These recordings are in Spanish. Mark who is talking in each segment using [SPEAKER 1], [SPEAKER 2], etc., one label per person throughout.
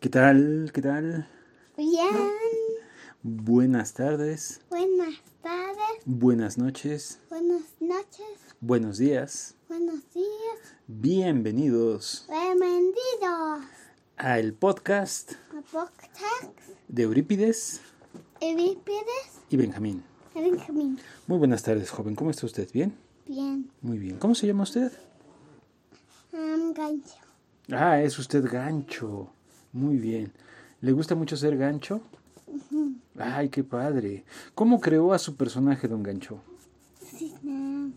[SPEAKER 1] ¿Qué tal? ¿Qué tal?
[SPEAKER 2] Bien,
[SPEAKER 1] Buenas tardes,
[SPEAKER 2] buenas tardes,
[SPEAKER 1] buenas noches,
[SPEAKER 2] buenas noches,
[SPEAKER 1] buenos días.
[SPEAKER 2] buenos días,
[SPEAKER 1] Bienvenidos
[SPEAKER 2] bienvenidos
[SPEAKER 1] a el podcast
[SPEAKER 2] a Boxtax,
[SPEAKER 1] de Eurípides
[SPEAKER 2] Eurípides,
[SPEAKER 1] y Benjamín.
[SPEAKER 2] Benjamín.
[SPEAKER 1] Muy buenas tardes, joven. ¿Cómo está usted? ¿Bien?
[SPEAKER 2] Bien,
[SPEAKER 1] Muy bien. ¿Cómo se llama usted?
[SPEAKER 2] um, gancho.
[SPEAKER 1] Ah, es usted gancho. Muy bien. ¿Le gusta mucho ser gancho? Ay, qué padre. ¿Cómo creó a su personaje, don gancho?
[SPEAKER 2] Sí, um,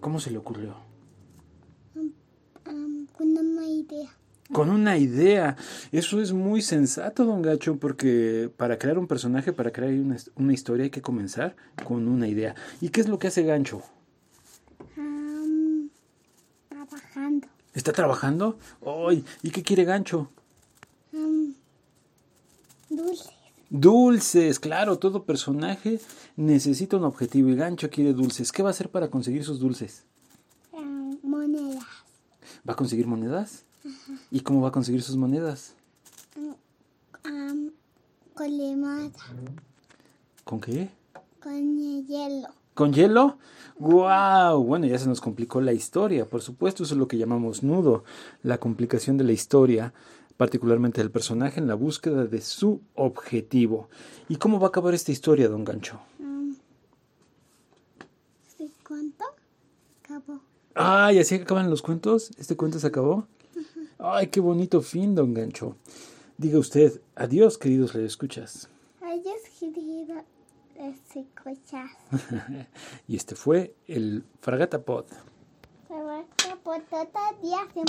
[SPEAKER 1] ¿Cómo se le ocurrió?
[SPEAKER 2] um, con una idea.
[SPEAKER 1] Con una idea. Eso es muy sensato, don Gacho, porque para crear un personaje, para crear una, una historia, hay que comenzar con una idea. ¿Y qué es lo que hace Gancho?
[SPEAKER 2] Um, trabajando.
[SPEAKER 1] ¿Está trabajando? ¡Ay! ¿Y qué quiere Gancho?
[SPEAKER 2] Um, dulces.
[SPEAKER 1] Dulces, claro, todo personaje necesita un objetivo y Gancho quiere dulces. ¿Qué va a hacer para conseguir sus dulces?
[SPEAKER 2] Um, monedas.
[SPEAKER 1] ¿Va a conseguir monedas? ¿Y cómo va a conseguir sus monedas?
[SPEAKER 2] Um, um, con limonada.
[SPEAKER 1] ¿Con qué?
[SPEAKER 2] Con hielo.
[SPEAKER 1] ¿Con hielo? ¡Guau! Bueno, ya se nos complicó la historia, por supuesto, eso es lo que llamamos nudo, la complicación de la historia, particularmente del personaje en la búsqueda de su objetivo. ¿Y cómo va a acabar esta historia, don Gancho?
[SPEAKER 2] Um, ¿sí cuánto? Acabó.
[SPEAKER 1] ¡Ay! ¿Así acaban los cuentos? ¿Este cuento se acabó? ¡Ay, qué bonito fin, don Gancho! Diga usted, adiós, queridos escuchas.
[SPEAKER 2] Hayas querido uh, escuchar.
[SPEAKER 1] y este fue el Fragata Pod.
[SPEAKER 2] Se va a por todo día.